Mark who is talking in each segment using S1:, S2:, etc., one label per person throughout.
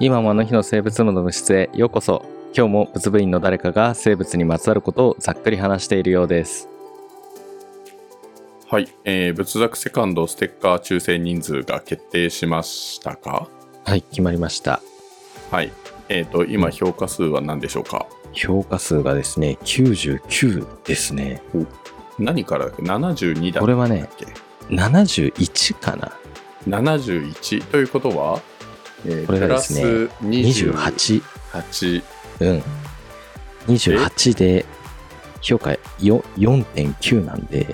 S1: 今もあの日の生物部の部室へようこそ今日も物部員の誰かが生物にまつわることをざっくり話しているようです
S2: はい、えー、仏作セカンドステッカー抽選人数が決定しましたか
S1: はい決まりました
S2: はい、えー、と今評価数は何でしょうか
S1: 評価数がですね99ですね
S2: 何からだっけ72だ
S1: これはね
S2: だっけ
S1: 71かな
S2: 71ということは、えー
S1: これがですね
S2: プラス
S1: 28
S2: 28
S1: うん28で評価よ4.9なんで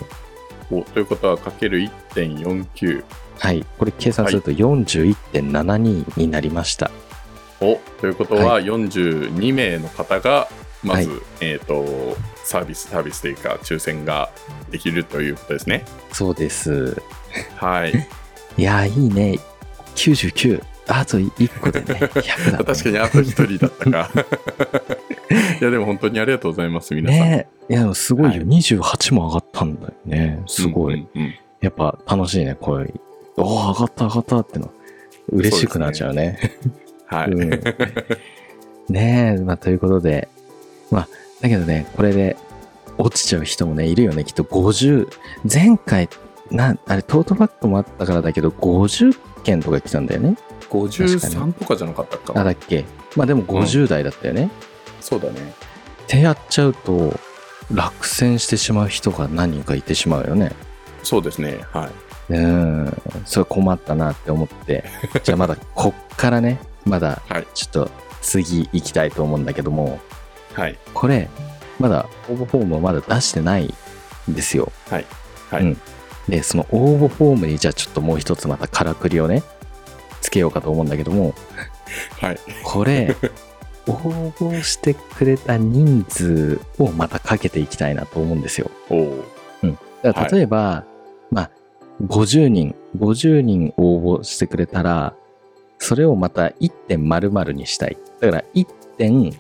S2: おということはかける1.49
S1: はいこれ計算すると41.72になりました
S2: おということは42名の方がまず、
S1: は
S2: えー、とサービスサービスというか抽選ができるということですね
S1: そうです
S2: はい
S1: いやーいいね99あと1個でね 100だ、ね、
S2: 確かにあと一人だった か。いや、でも本当にありがとうございます、皆さん。
S1: ねえいやでもすごいよ、
S2: は
S1: 28も上がったんだよねすごい、
S2: うんうんうん
S1: やっぱ楽しいねこういうおお上がった上がったっての嬉しくなっちゃうね
S2: はい。
S1: うんねえ、まあ、ということで、まあ、だけどね、これで落ちちゃう人もね、いるよね、きっと50、前回、なあれ、トートバッグもあったからだけど、50件とか来たんだよね。
S2: 53とかじゃなかったか
S1: あ、だっけ。まあでも50代だったよね。
S2: そうだね。
S1: ってやっちゃうと、落選してしまう人が何人かいてしまうよね。
S2: そうですね。はい。
S1: うん、それ困ったなって思 って、じゃあまだこっからね、まだ
S2: はい。
S1: ちょっと次行きたいと思うんだけども、
S2: はい。
S1: これまだ応募フォームをまだ出してないんですよ
S2: はい。
S1: うんでその応募フォームにじゃあちょっともう一つまたからくりをねつけようかと思うんだけども
S2: はい。
S1: こ れ応募してくれた人数をまたかけていきたいなと思うんですよ
S2: おお。
S1: だから例えば、まあ50人50人応募してくれたらそれをまた1.00にしたいだから1.5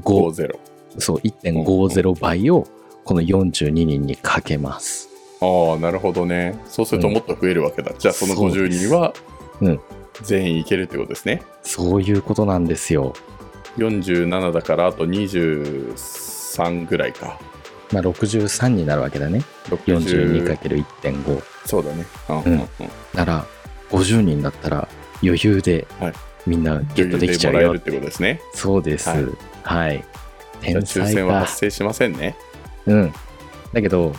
S2: 50。
S1: そう、1.50倍をこの42人にかけます。
S2: ああ、なるほどね。そうするともっと増えるわけだ。じゃあ、その
S1: そう
S2: 50
S1: です
S2: 人は
S1: うん
S2: 全員いけるってことですね。
S1: そういうことなんですよ。
S2: 47だから、あと23ぐらいか。
S1: まあ、63になるわけだね。
S2: 60
S1: 42×1.5。
S2: そうだね。う
S1: う
S2: ん
S1: ん
S2: うんうん
S1: なら、50人だったら余裕で
S2: はい
S1: みんなゲットできちゃう
S2: 余裕でもらえ
S1: よ。
S2: るってことですね。
S1: そうです。は
S2: はいい。じゃあ
S1: 天
S2: 抽
S1: 才
S2: 選は
S1: だ
S2: 発。生しませんね。
S1: うん。だけど、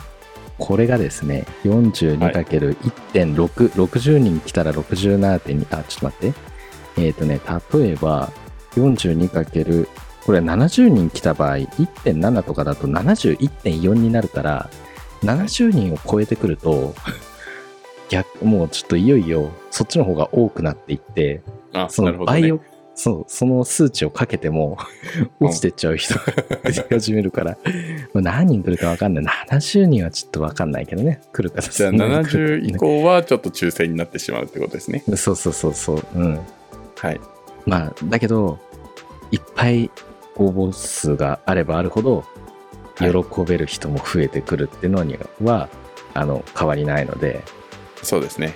S1: これがですね、42×1.6、60人来たら67.2、あ、ちょっと待って。えっ、とね、例えば、42× これ70人来た場合、1.7とかだと71.4になるから、70人を超えてくると、 逆、もうちょっといよいよ、そっちの方が多くなっていって、
S2: あ、
S1: そ
S2: なる
S1: の
S2: ほど、
S1: 倍
S2: ね
S1: を、。そう、その数値をかけて も、
S2: うん
S1: 落ちてっちゃう人が出てき始めるから、まあ何人来るか分かんない。70人はちょっと分かんないけどね、来るか
S2: じゃあ70以降はちょっと抽選になってしまうってことですね。
S1: そうそうそうそう。うん。
S2: はい。
S1: まあ、だけど、いっぱい応募数があればあるほど、喜
S2: はい
S1: べる人も増えてくるっていうのには、あの、変わりないので、
S2: そうですね。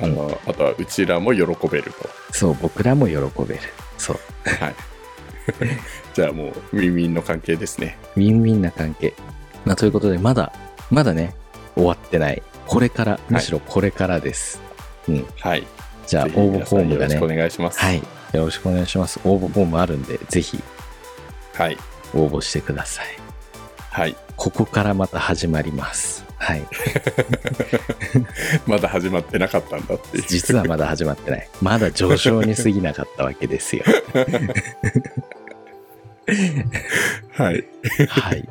S2: あの、あとはうちらも喜べると。
S1: そう、僕らも喜べる。そう。
S2: はい。じゃあもうウィンウィンの関係ですね。
S1: ウィンウィンな関係。まあ、ということで、まだ、まだね、終わってない。これから、むしろこれからです。
S2: はい。
S1: じゃあ、応
S2: ぜひ
S1: 募
S2: 皆
S1: フ
S2: さ
S1: ォ
S2: ん
S1: ーム
S2: よ
S1: が
S2: ろし
S1: ね
S2: くお、願いします。。
S1: はいい。よろしくお願いします。応募フォームあるんで、ぜひ
S2: はい。
S1: 応募してください。
S2: はい。
S1: ここからまた始まります。 はい。
S2: まだ始まってなかったんだってい う。
S1: 実はまだ始まってない。まだ上昇に過ぎなかったわけです よ。
S2: はい。
S1: はい。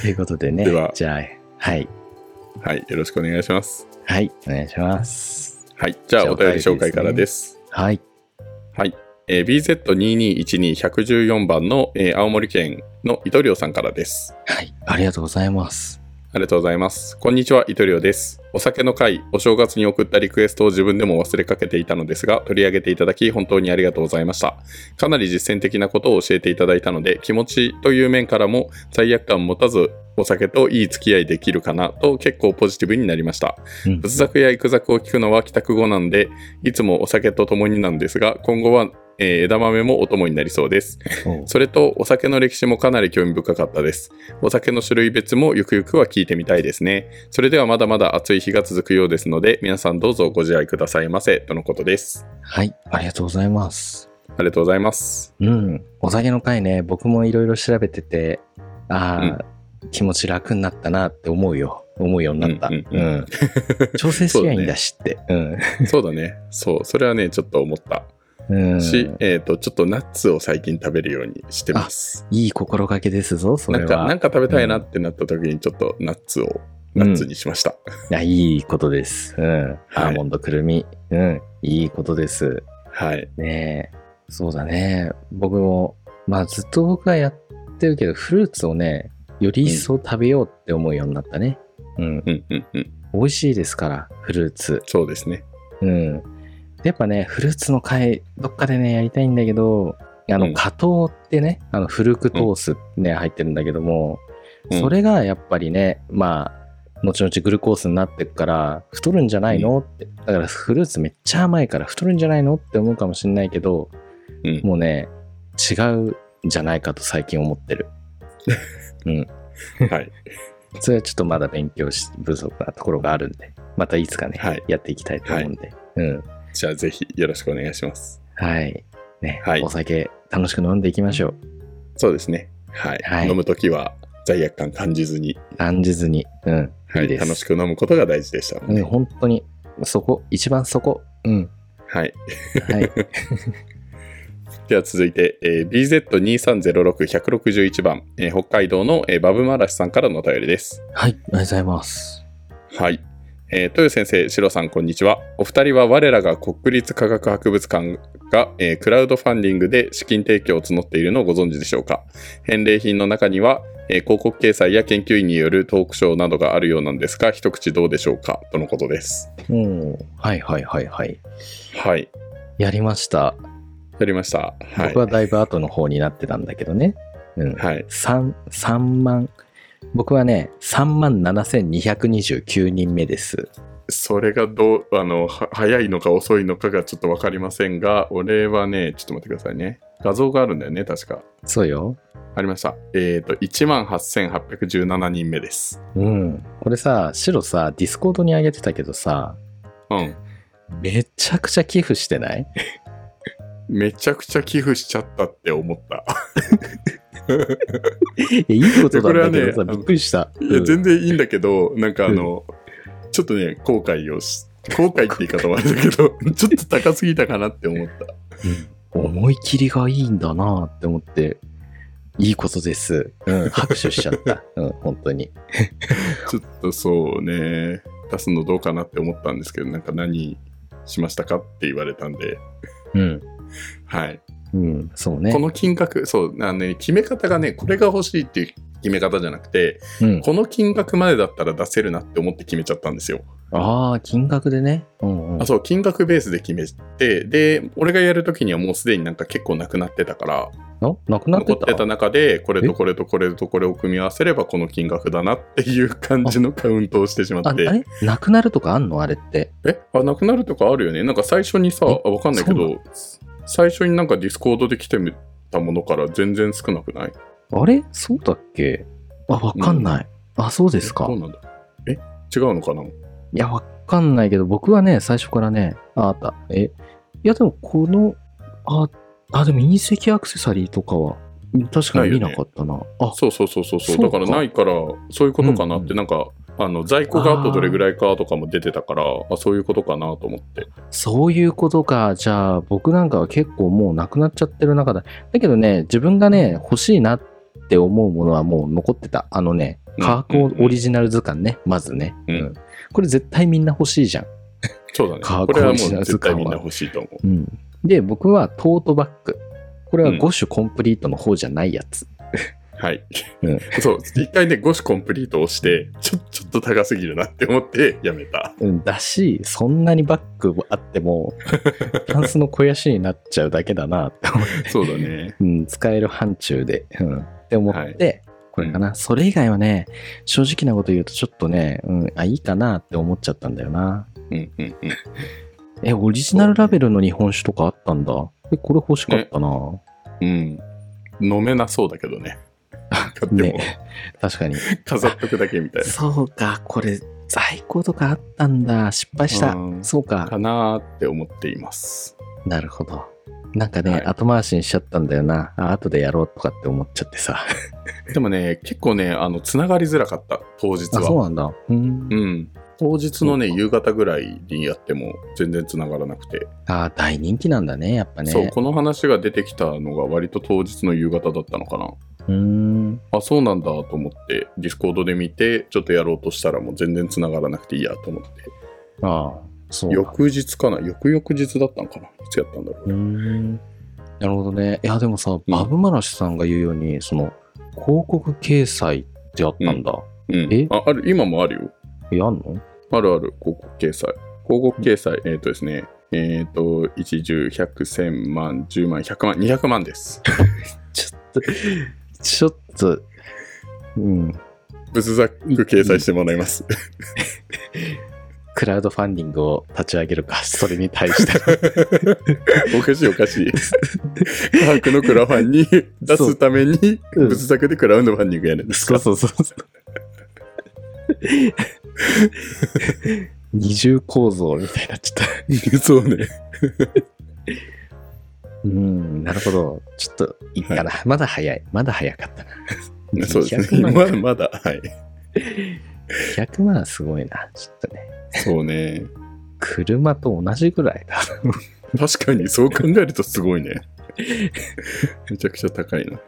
S1: ということでね、
S2: では
S1: じゃあ、はい。
S2: はい。よろしくお願いします。
S1: はい。お願いします。
S2: はい。じ
S1: じ
S2: ゃ
S1: ゃあ
S2: あお便り紹介からです。
S1: はい。
S2: はい。えー、BZ221214 番の、えー青森県のイトリオさんからです。
S1: はい。ありがとうございます。
S2: ありがとうございます。こんにちは、イトリオです。お酒の会、お正月に送ったリクエストを自分でも忘れかけていたのですが、取り上げていただき本当にありがとうございました。かなり実践的なことを教えていただいたので、気持ちという面からも罪悪感持たず、お酒といい付き合いできるかなと結構ポジティブになりました。
S1: うん
S2: 仏作や育作を聞くのは帰宅後なんで、いつもお酒と共になんですが、今後はえー枝豆もお供になりそうです。
S1: おう
S2: それと、お酒の歴史もかなり興味深かったです。お酒の種類別もゆくゆくは聞いてみたいですね。それではまだまだ暑い日が続くようですので、皆さんどうぞご自愛くださいませ。とのことです。
S1: はい、ありがとうございます。
S2: ありがとうございます。
S1: うん、お酒の会ね、僕もいろいろ調べてて、ああ、気持ち楽になったなって思うよ。思うようになった。
S2: う
S1: うんん
S2: うんうん
S1: 調整しりゃいいんだしって。
S2: そうだね。そう。それはね、ちょっと思った。
S1: うん。うん、
S2: し、えっ、と、ちょっとナッツを最近食べるようにしてます。
S1: いい心がけですぞ、そ
S2: な
S1: れ
S2: んか、
S1: は。
S2: なんか食べたいなってなった時に、ちょっとナッツを、ナッツにしました。
S1: いや、いいことです。うん。アーモンド、くるみ。うん。いいことです。
S2: はい。
S1: ねえ。そうだね。僕も、まあずっと僕はやってるけど、フルーツをね、より一層食べようって思うようになったね。うん。
S2: うんうんうん。
S1: 美味しいですから、フルーツ。
S2: そうですね。
S1: うん。でやっぱね、フルーツの会、どっかでね、やりたいんだけど、あ
S2: うん
S1: の、果糖ってね、あの、フルクトースね、入ってるんだけども、
S2: うん
S1: それがやっぱりね、まあ、後々グルコースになってくから、太るんじゃないのって。だから、フルーツめっちゃ甘いから、太るんじゃないのって思うかもしれないけど、
S2: うん。
S1: もうね、違うんじゃないかと最近思ってる。
S2: はい。
S1: それはちょっとまだ勉強し不足なところがあるんで、またいつかね、
S2: はい
S1: やっていきたいと思うんで。うん。
S2: じゃあ、ぜひよろしくお願いします。
S1: はい。ね、
S2: はい
S1: お酒楽しく飲んでいきましょう。
S2: そうですね。はい。
S1: はい
S2: 飲むときは罪悪感感じずに、
S1: 感じずに。うん。
S2: はい
S1: いです
S2: 楽しく飲むことが大事でしたもん
S1: う
S2: ね。
S1: ん、本当に、そこ、一番そこ。うん。
S2: はい。
S1: はい。
S2: では続いて、えー BZ2306161 番、えー北海道の、えーバブマラシさんからのお便りです。
S1: はい、ありがとうございます。
S2: はい。えー、豊先生、シロさん、こんにちは。お二人は我らが国立科学博物館が、えークラウドファンディングで資金提供を募っているのをご存知でしょうか返礼品の中には、えー広告掲載や研究員によるトークショーなどがあるようなんですが、一口どうでしょうかとのことです。
S1: うん。はいはいはいはい。
S2: はい。
S1: やりました。
S2: やりました。はい
S1: 僕。はだいぶ後の方になってたんだけどね。うん。
S2: はい。
S1: 3、三万。僕はね、3万7229人目です。
S2: それがどう、あの、は早いのか遅いのかがちょっとわかりませんが、俺はね、ちょっと待ってくださいね。画像があるんだよね、確か。
S1: そうよ。
S2: ありました。えっ、と、18,817人目です。
S1: うん。これさ、白さ、ディスコードに上げてたけどさ、
S2: うん。
S1: めちゃくちゃ寄付してない
S2: めちゃくちゃ寄付しちゃったって 思った。
S1: いや、いいことなんだけど
S2: これは
S1: さ、
S2: ね
S1: びっくりした。
S2: いや、
S1: うん
S2: 全然いいんだけど、なんかあの、ちょっとね、後悔をし、後悔って言い方もあるんだけど、 ちょっと高すぎたかなって思った。
S1: 思い切りがいいんだなって思って、いいことです。 うん、拍手しちゃった。うん、本当に。
S2: ちょっとそうね、出すのどうかなって思ったんですけど、なんか何しましたかって言われたんで、
S1: うん。
S2: はい。
S1: うん、そうね。
S2: この金額、そう、あのね、決め方がね、これが欲しいっていう決め方じゃなくて、
S1: うん、
S2: この金額までだったら出せるなって思って決めちゃったんですよ。
S1: ああ、金額でね。うん、うん。
S2: あそう、金額ベースで決めて、で、俺がやるときにはもうすでになんか結構なくなってたから、
S1: あなくなって
S2: 残ったてた中で、これと
S1: え
S2: これとこれとこれを組み合わせればこの金額だなっていう感じのカウントをしてしま
S1: ああ
S2: って。
S1: れなくなるとかあんのあれって。
S2: えあなくなるとかあるよねなんか最初にさ
S1: え
S2: あわかんないけ
S1: そう
S2: ど最初になんかディスコードで来てみたものから全然少なくない
S1: あれそうだっけあ、わかんない。あ、そうですか
S2: そう。なんだえ違うのかない
S1: や、わかんないけど、僕はね、最初からね、あ、あった。え、いや、でも、この、あ、あ、でも、隕石アクセサリーとかは、確かに見なかったな。あ、
S2: そうそうそうそうそう
S1: そう
S2: だ
S1: か
S2: からないからそういうことかなって、
S1: うんうん
S2: なんかあの在庫があとどれぐらいかとかも出てたからあそういうことかなと思って
S1: そういうことか。じゃあ、僕なんかは結構もうなくなっちゃってる中だ。だけどね、自分がね、欲しいなって思うものはもう残ってた。あのね、
S2: うん
S1: 科学オリジナル図鑑ね、まずね、
S2: うん
S1: これ絶対みんな欲しいじゃん。
S2: そうだね
S1: かっ
S2: こ
S1: こいい
S2: れはもう
S1: な
S2: 絶対みんな欲しいと思う
S1: うん。で、僕はトートバッグ。これは
S2: うん
S1: 5種コンプリートの方じゃないやつ。
S2: はい、
S1: うん
S2: そう一回ね5種コンプリートをしてちょちょっと高すぎるなって思ってやめた
S1: うん、だし、そんなにバッグあって も、タンスの肥やしになっちゃうだけだなって 思って
S2: そうだね
S1: うん、使える範疇で、うん、って思って、これかな、それ以外はね、正直なこと言うとちょっとね、うん、あ、いいかなって思っちゃったんだよな。
S2: うんうんうん
S1: え、オリジナルラベルの日本酒とかあったんだ。え、これ欲しかったな、
S2: うん。飲めなそうだけどね。買っても、
S1: ね確かに。
S2: 飾っと くだけみたい
S1: そうか、これ、在庫とかあったんだ。失敗した。
S2: うん
S1: そう
S2: な。か
S1: か。
S2: なーって思っています。
S1: なるほど。なんかね、
S2: はい
S1: 後回しにしちゃったんだよな。あ、後でやろうとかって思っちゃってさ。
S2: でもね、結構ね、あの、つながりづらかった、当日
S1: あ、そう
S2: は。
S1: なんだ。うん
S2: う。ん。当日のね、
S1: そうか
S2: 夕方ぐらいにやっても全然つながらなくて、
S1: あ、大人気なんだね、やっぱね。
S2: そう、この話が出てきたのが割と当日の夕方だったのかな。
S1: うーん。
S2: あ、そうなんだと思って、ディスコードで見て、ちょっとやろうとしたらもう全然繋がらなくていいやと思って。
S1: ああ、そうなんだ。
S2: 翌日かな翌々日だったのかないつやったんだろ
S1: うー
S2: う。
S1: ん。なるほどね。いや、でもさ、バブマラシュさんが言うように、その、広告掲載ってあったんだ。
S2: うん。
S1: え
S2: あ、ある、今もあるよ。
S1: え、あんの
S2: あるある、広告掲載。広告掲載、えっ、とですね、えっ、と、一十、百、千万、十万、百万、二百万です。
S1: ちょっと、 ちょっと、うん。
S2: 仏作掲載してもらいます。
S1: クラウドファンディングを立ち上げるか、それに対 して。
S2: おかしいおかしい。科学のクラファンに出すために、
S1: うん
S2: 仏作でクラウドファンディングやるんです
S1: そう
S2: か。
S1: そうそうそう。二重構造みたいになっちゃった。
S2: そうね。
S1: うん、なるほど。ちょっと、いいかな。まだ早い。まだ早かったな。
S2: そうですね。
S1: 200
S2: ま
S1: 万
S2: だまだ、はい。
S1: 100万はすごいな。ちょっとね。
S2: そうね。
S1: 車と同じぐらいだ。
S2: 確かに、そう考えるとすごいね。めちゃくちゃ高いな。まあ、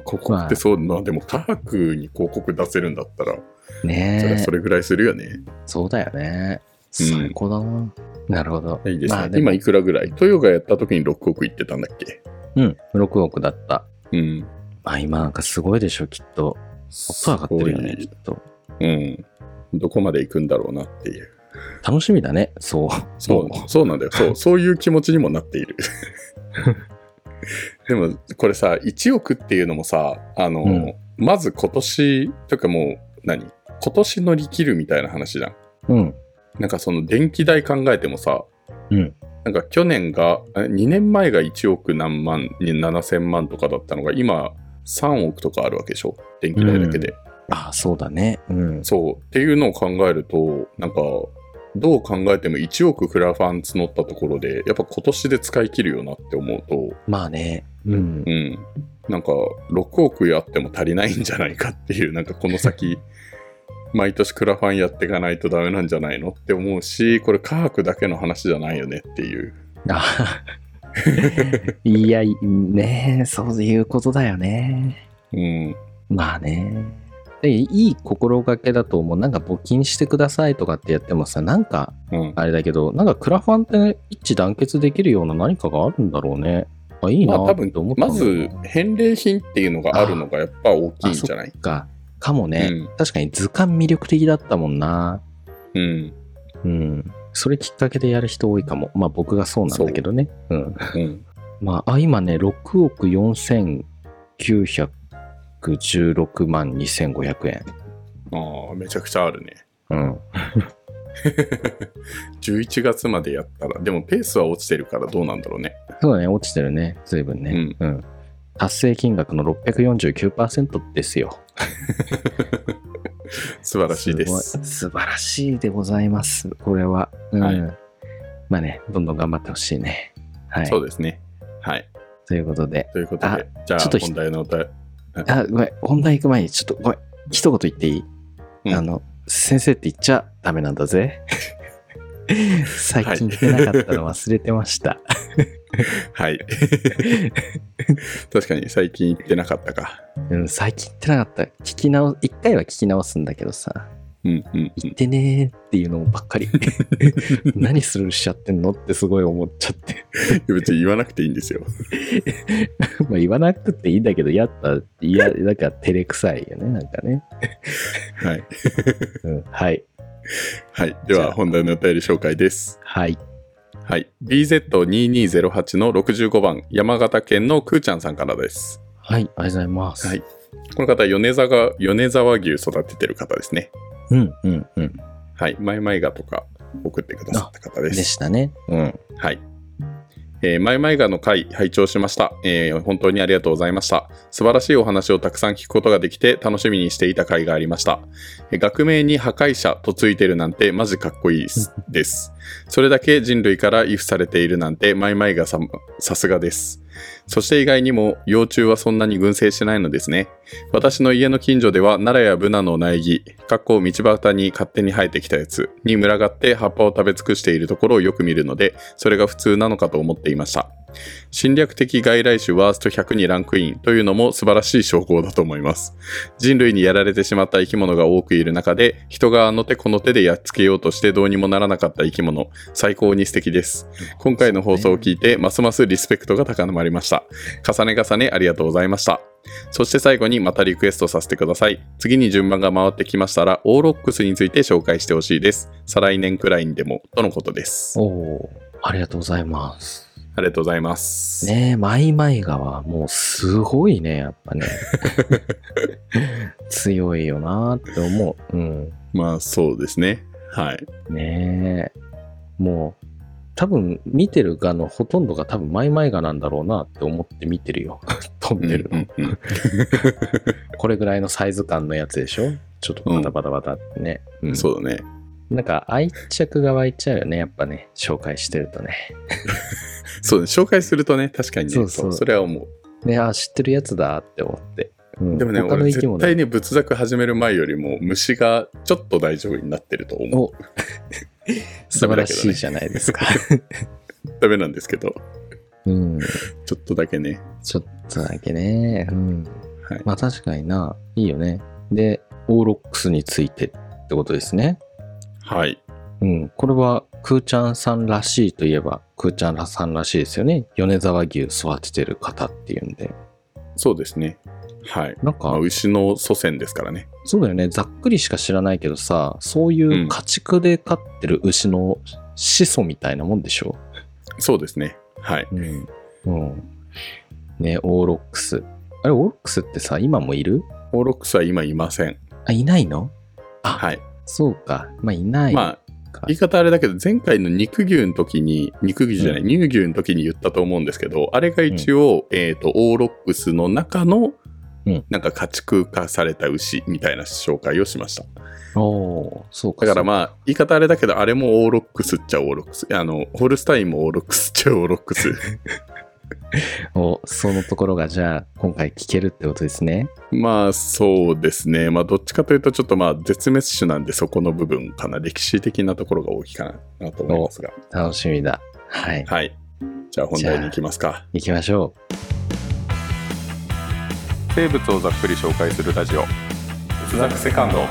S2: 広告ってそう、まあ、でも科学に広告出せるんだったら、それ
S1: ね
S2: は
S1: え
S2: そ。れぐらいするよね。
S1: そうだよね。
S2: うん
S1: 最高だな。なるほど。
S2: いいですね。
S1: まあ、でも
S2: 今いくらぐらい豊がやった時に6億いってたんだっけ
S1: うん、6億だった。
S2: うん。
S1: まあ、今なんかすごいでしょ、きっと。もっと上がってるよね、きっと。
S2: うん。どこまで行くんだろうなっていう。
S1: 楽しみだね、そう。
S2: そう
S1: も、
S2: そうなんだ よ。そう、そういう気持ちにもなっている。でも、これさ、1億っていうのもさ、あの、
S1: うん
S2: まず今年、とかもう、何今年乗り切るみたいな話じゃん。
S1: う。うん。
S2: なんかその電気代考えてもさ、
S1: うん
S2: なんか去年が、2年前が1億何万、7千万とかだったのが、今、3億とかあるわけでしょ電気代だけで。
S1: ああ、そうだね。うん。
S2: そう。っていうのを考えると、なんか、どう考えても1億クラファン募ったところで、やっぱ今年で使い切るよなって思うと、
S1: まあね。うん
S2: う。ん。なんか、6億やっても足りないんじゃないかっていう、なんかこの先、 毎年クラファンやっていかないとダメなんじゃないのって思うし、これ科学だけの話じゃないよねっていう。
S1: ああ いや、ねえ、そういうことだよね。
S2: うん。
S1: まあね。でいい心がけだと思う。なんか募金してくださいとかってやってもさ、なんか
S2: うん。
S1: あれだけど、なんかクラファンって、ね、一致団結できるような何かがあるんだろうね。あ、いい
S2: ま
S1: な
S2: あ多
S1: って
S2: 分
S1: 思っ、た
S2: ま
S1: んだよな
S2: ず返礼品っていうのがあるのがやっぱ大きいんじゃない
S1: あそっか。かもね、
S2: うん
S1: 確かに図鑑魅力的だったもんな。
S2: うん。
S1: うん。それきっかけでやる人多いかも。まあ僕がそうなんだけどね。うん。
S2: うん。
S1: まあ、あ、今ね、6億4916万2500円。
S2: ああ、めちゃくちゃあるね。
S1: うん。
S2: 11月までやったら、でもペースは落ちてるからどうなんだろうね。
S1: そうだね、落ちてるね。随分ね。うん。達成金額の649%ですよ。
S2: 素晴らしいです。
S1: ごい素晴らしいでございます、これは。うん。
S2: はい
S1: まあね、どんどん頑張ってほしいね。はい。
S2: そうですね。はい。
S1: ということで。
S2: ということ
S1: あ
S2: で、じゃあ
S1: ちょっとひ
S2: 本題の お題。
S1: あ、ごめん、本題行く前に、ちょっとごめん、一言言っていい、
S2: うん
S1: あの、先生って言っちゃダメなんだ ぜ。最近聞けなかったの忘れてました。
S2: はい。確かに最近行ってなかったか。
S1: うん、最近言ってなかった。聞き直、一回は聞き直すんだけどさ、
S2: うんうんう
S1: 言っ
S2: ん。
S1: てねーっていうのばっ かり。何スルーしちゃってんのってすごい思っちゃって。
S2: 別に言わなくていいんで すよ。
S1: まあ言わなくていいんだけど、やっぱ、いや、なんか照れくさいよね、なんかね。
S2: はい。
S1: うん、はい。
S2: はい。で
S1: じゃ
S2: は
S1: あ
S2: 本題のお便り紹介です。
S1: はい。
S2: はい。BZ2208 の65番、山形県のくーちゃんさんからです。
S1: はい、ありがとうございます。
S2: はいこの方、米沢、米沢牛育ててる方ですね。
S1: うん、うん、うん。
S2: はい。マイマイガとか送ってくださった方で。
S1: ですしたね。うん。
S2: はい。えー、マイマイガの回、拝聴しました、えー本当にありがとうございました。素晴らしいお話をたくさん聞くことができて、楽しみにしていた回がありました。えー学名に破壊者とついてるなんて、マジかっこいいっすです。それだけ人類から癒されているなんて、マイマイガさん、さすがです。そして意外にも、幼虫はそんなに群生しないのですね。私の家の近所では奈良やブナの苗木、かっこ道端に勝手に生えてきたやつに群がって葉っぱを食べ尽くしているところをよく見るので、それが普通なのかと思っていました。侵略的外来種ワースト100にランクインというのも素晴らしい証拠だと思います。人類にやられてしまった生き物が多くいる中で、人があの手この手でやっつけようとしてどうにもならなかった生き物、最高に素敵です。今回の放送を聞いて、ますますリスペクトが高まりました。重ね重ねありがとうございました。そして最後にまたリクエストさせてください。次に順番が回ってきましたら、オーロックスについて紹介してほしいです。再来年くらいにでも、とのことです。
S1: おおありがとうございます。
S2: ありがとうございます。
S1: ねえ、マイマイガはもうすごいね、やっ ぱね。強いよなーって思う。うん。
S2: まあそうですね。はい。
S1: ねえ。もう、多分見てる画のほとんどが多分マイマイガなんだろうなって思って見てるよ。 飛んでるの。
S2: うんうんうん
S1: これぐらいのサイズ感のやつでしょちょっとバタバタバタってね。うん
S2: そうだね。
S1: なんか愛着が湧いちゃうよね、やっぱね。紹介してるとね。
S2: そうね。紹介するとね、確かにね、そ
S1: そううそう
S2: それは思
S1: ね、あ、知ってるやつだって思って。うん
S2: う。でもね、
S1: 他の生き
S2: 俺絶
S1: 物
S2: 対ね、仏作始める前よりも虫がちょっと大丈夫になってると思う。
S1: お 素晴らしいじゃないですか。
S2: ダメなんですけど、
S1: うん。
S2: ちょっとだけね。
S1: ちょっとだけね。うん。
S2: はい
S1: まあ確かにな。いいよね。で、オーロックスについてってことですね。
S2: はい。
S1: うん。これは、クーちゃんさんらしいといえば、クーちゃんさんらしいですよね。米沢牛育ててる方っていうんで。
S2: そうですね。はい。
S1: なん
S2: まあ
S1: か、
S2: 牛の祖先ですからね。
S1: そうだよね。ざっくりしか知らないけどさ、そういう家畜で飼ってる牛の始祖みたいなもんでしょ。
S2: そうですね。はい。
S1: うん。うん。ね、オーロックス。あれ、オーロックスってさ、今もいる
S2: オーロックスは今いません。
S1: あ、いないのあ
S2: はい。
S1: そうか。まあ、いない
S2: まあ、
S1: か。
S2: 言い方あれだけど、前回の肉牛の時に、肉牛じゃない、
S1: うん
S2: 乳牛の時に言ったと思うんですけど、あれが一応、えっ、と、オーロックスの中の
S1: うん、
S2: なんか家畜化された牛みたいな紹介をしました。
S1: おーそうか。
S2: だからまあ、言い方あれだけど、あれもオーロックスっちゃオーロックス。あの、ホルスタインもオーロックスっちゃオーロックス。
S1: そうかおそのところが、じゃあ、今回聞けるってことですね。
S2: まあ、そうですね。まあ、どっちかというと、ちょっとまあ、絶滅種なんで、そこの部分かな。歴史的なところが大きいかなと思いますが。
S1: 楽しみだ。はい。
S2: はい。じゃあ、本題に行きますか。
S1: 行きましょ
S2: 生物をざっくり紹介するラジオスザクセカンド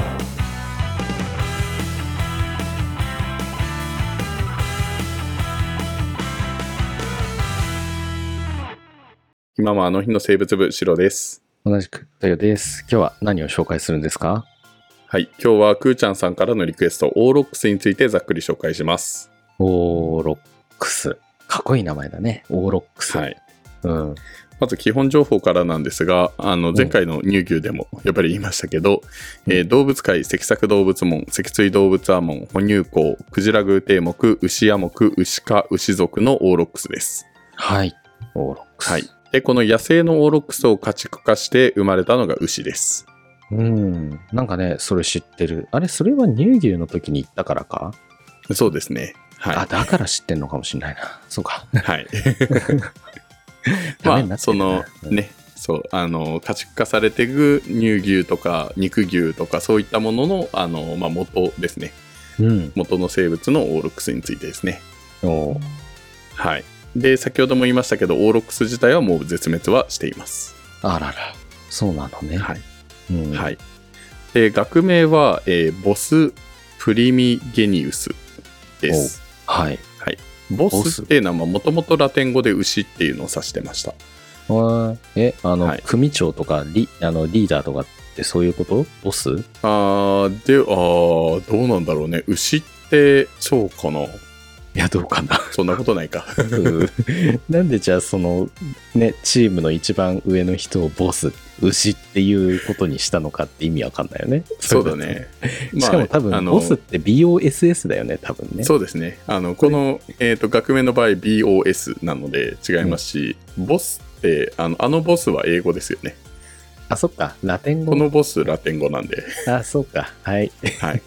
S2: 今もあの日の生物部シロです
S1: う。同じく、とよです。今日は何を紹介するんですか
S2: はい今日はくーちゃんさんからのリクエストオーロックスについてざっくり紹介します
S1: オーロックス。かっこいい名前だね。オーロックス。
S2: はい
S1: うん。
S2: まず基本情報からなんですが、あの
S1: ん
S2: 前回の乳牛でもやっぱり言いましたけど、
S1: うん
S2: えー動物界、脊索動物門、脊椎動物亜門、哺乳綱、クジラ偶蹄目、牛亜目、牛科、牛属のオーロックスです。
S1: はい。オーロックス。
S2: はい。。で、この野生のオーロックスを家畜化して生まれたのが牛です。
S1: うん。なんかね、それ知ってる。あれ、それは乳牛の時に行ったからか、
S2: そうですね。
S1: あ、
S2: は
S1: だから知ってんのかもしれないな。そう か。
S2: い。はい。
S1: ダメにな
S2: まあ、
S1: って
S2: そ
S1: るな
S2: の
S1: うん
S2: ね、そう、あの、家畜化されていく乳牛とか肉牛とかそういったものの、あの、まあ、元ですね。
S1: うん。
S2: 元の生物のオーロックスについてですね。
S1: おー
S2: はい。で、先ほども言いましたけど、オーロックス自体はもう絶滅はしています。
S1: あらら。そうなのね。
S2: はい。
S1: うん、。
S2: はいい。で、学名は、えーボス・プリミゲニウスです。
S1: はい。
S2: ボ
S1: ボ
S2: ス
S1: ス
S2: っていうのは、もともとラテン語で牛っていうのを指してました。
S1: わーえ、あの、
S2: はい
S1: 組長とかリあのリーダーとかってそういうことボス
S2: あーで、あーどうなんだろうね。牛って、そうかな。
S1: いや、どうかな。
S2: そんなことな いか。
S1: うんなんでじゃあそのねチームの一番上の人をボス牛っていうことにしたのかって意味わかんないよね
S2: そうだね。
S1: しかも多
S2: あ
S1: 分
S2: の
S1: ボスって BOSS だよね多分ね
S2: そうですね。あの、この、えっ、と、学名の場合 BOS なので違いますし、ボスって、あの、あのボスは英語ですよね。
S1: あそっかラテン
S2: こ
S1: 語
S2: のボスラテン語なんで。
S1: あそうかはい
S2: はい。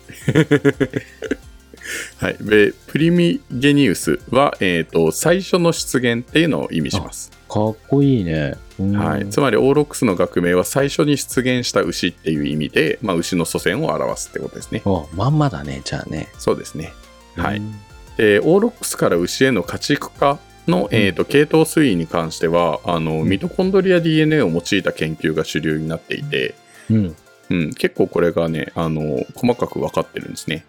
S2: はい。で、プリミゲニウスは、えっ、と、最初の出現っていうのを意味します。
S1: かっこいいね、うん
S2: はい。つまり、オーロックスの学名は最初に出現した牛っていう意味で、まあ、牛の祖先を表すってことですね。
S1: おまんまだねじゃあね
S2: そうですね。はい
S1: うん
S2: でオーロックスから牛への家畜化の、えー、と系統推移に関してはあのミトコンドリア DNA を用いた研究が主流になっていて、
S1: うん
S2: うん、結構これがねあの細かく分かってるんですね。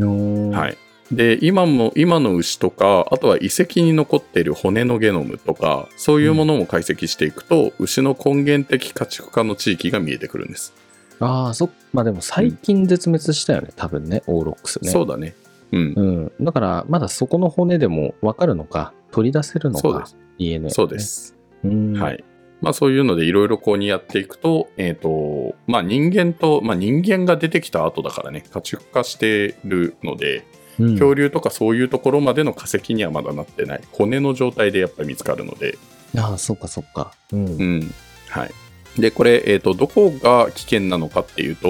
S1: うん
S2: はい、で今も今の牛とかあとは遺跡に残っている骨のゲノムとかそういうものも解析していくと、牛の根源的家畜化の地域が見えてくるんです。
S1: ああそっまあでも最近絶滅したよね多分ねオーロックスね
S2: そうだね、うん
S1: うん、だからまだそこの骨でも分かるのか取り出せるのか
S2: そうです、
S1: DNA
S2: そうです。
S1: うん
S2: はい。まあそういうのでいろいろこうにやっていくと、えっ、と、まあ人間と、まあ人間が出てきた後だからね、家畜化してるので、
S1: うん
S2: 恐竜とかそういうところまでの化石にはまだなってない。骨の状態でやっぱり見つかるので、
S1: ああ、そっかそっか。うん。
S2: うん。はい。で、これ、えっ、と、どこが危険なのかっていうと、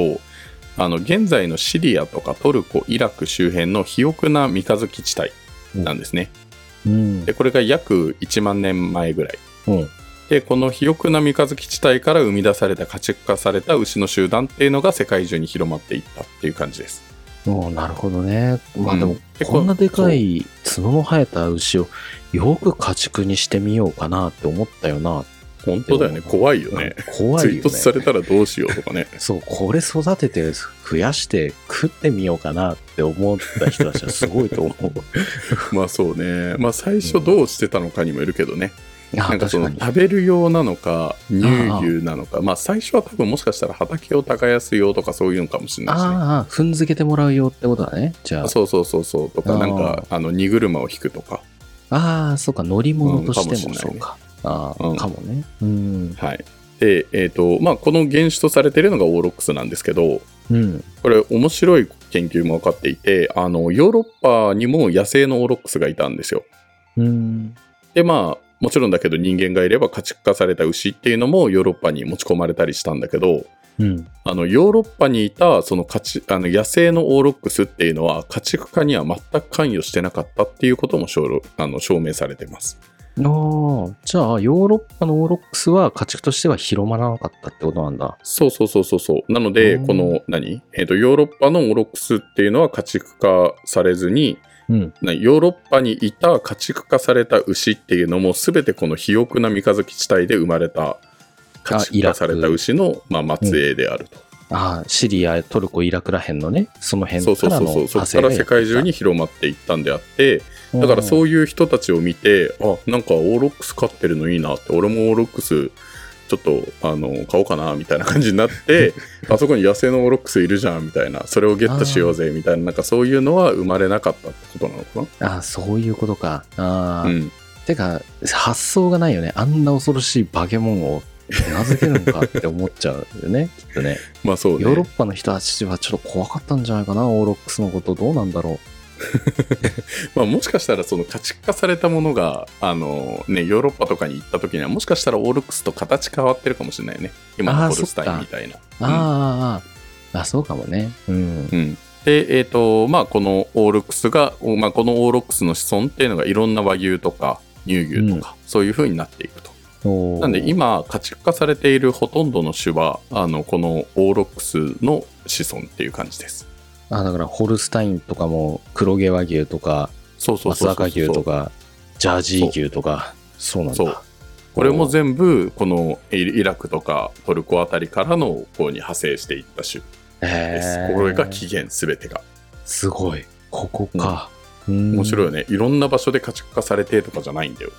S2: あの、現在のシリアとかトルコ、イラク周辺の肥沃な三日月地帯なんですね。
S1: うん。
S2: で、これが約1万年前ぐらい。
S1: うん
S2: でこの肥沃な三日月地帯から生み出された家畜化された牛の集団っていうのが世界中に広まっていったっていう感じです。
S1: おうなるほどね。まあで
S2: う
S1: も
S2: ん、結構
S1: こんなでかい角の生えた牛をよく家畜にしてみようかなって思ったよな。
S2: 本当だよね
S1: でも
S2: 怖いよね。
S1: 怖いよ
S2: 追突
S1: ね。。
S2: されたらどうしようとかね
S1: そう、これ育てて増やして食ってみようかなって思った人たちはすごいと 思う。
S2: まあそうね。まあ最初どうしてたのかにもよるけどね。
S1: あ
S2: な
S1: あ、
S2: んかそ
S1: 確か
S2: の
S1: に。
S2: 食べる用なのか乳牛なのかまあ最初は多分もしかしたら畑を耕す用とかそういうのかもしれないしね。
S1: ああ、踏んづけてもらうよってことだね。じゃあ、
S2: そうそうそうそうとか
S1: あー
S2: なんかあの荷車を引くとか。
S1: ああ、そうか、乗り物として
S2: うん
S1: も
S2: かもしれ
S1: そ
S2: ないうね
S1: か。ああ、
S2: うん
S1: かもね。うん。
S2: はい。で、えっ、と、まあこの原種とされているのがオーロックスなんですけど、
S1: うん。
S2: これ面白い研究も分かっていてあのヨーロッパにも野生のオーロックスがいたんですよ
S1: うん。
S2: でまあもちろんだけど人間がいれば家畜化された牛っていうのもヨーロッパに持ち込まれたりしたんだけど
S1: うん。
S2: あのヨーロッパにいたその家畜あの野生のオーロックスっていうのは家畜化には全く関与してなかったっていうことも証明あの証明されてます
S1: ああ、じゃあヨーロッパのオーロックスは家畜としては広まらなかったってことなんだ。
S2: そうそうそうそうそうなので
S1: うん
S2: この何、えっとヨーロッパのオーロックスっていうのは家畜化されずに
S1: うん。
S2: なヨーロッパにいた家畜化された牛っていうのも全てこの肥沃な三日月地帯で生まれた家畜化された牛の、まあ、末裔であると、
S1: ああ、シリア、トルコ、イラクら辺のね、その
S2: そう
S1: 辺か
S2: そう
S1: ら
S2: そう
S1: の
S2: そうそ
S1: 派生
S2: こから
S1: がやっ
S2: 世
S1: てきた
S2: 界中に広まっていったんであってだから
S1: うん
S2: そういう人たちを見てあなんかオーロックス飼ってるのいいなって俺もオーロックスちょっとあの買おうかなみたいな感じになって あそこに野生のオーロックスいるじゃんみたいなそれをゲットしようぜみたいななんかそういうのは生まれなかったってことなのか
S1: ああ、そういうことか。ああ、
S2: な、うん、
S1: てか、発想がないよね。あんな恐ろしい化け物を名付けるのかって思っちゃうよね、きっとね。
S2: まあそうね
S1: ヨーロッパの人たちはちょっと怖かったんじゃないかな、オーロックスのこと。どうなんだろ
S2: まあ、もしかしたらその家畜化されたものがあの、ね、ヨーロッパとかに行った時にはもしかしたらオールックスと形変わってるかもしれないね今
S1: あ
S2: の
S1: ー
S2: ホルスタ
S1: そっ
S2: イン
S1: か
S2: みたいな。
S1: う。ああああ、ああ、あそうかもね。うん。
S2: うんで、えーとまあ、このオールックスが、おまあ、このオールックスの子孫っていうのがいろんな和牛とか乳牛とか、そういう風になっていくと。
S1: おー
S2: なんで今家畜化されているほとんどの種はあのこのオールックスの子孫っていう感じです。
S1: あだからホルスタインとかも黒毛和牛とか
S2: そうそう
S1: 松
S2: そうそ
S1: 坂
S2: う
S1: 牛とかジャージー牛とかそうなんだ
S2: そうこれも全部このイイラクとかトルコあたりからのこうに派生していった種
S1: え
S2: です。
S1: ー
S2: これが起源すべてが。
S1: すごいここか、
S2: 面白い
S1: い
S2: よね。いろんな場所で家畜化されてとかじゃないんだよ。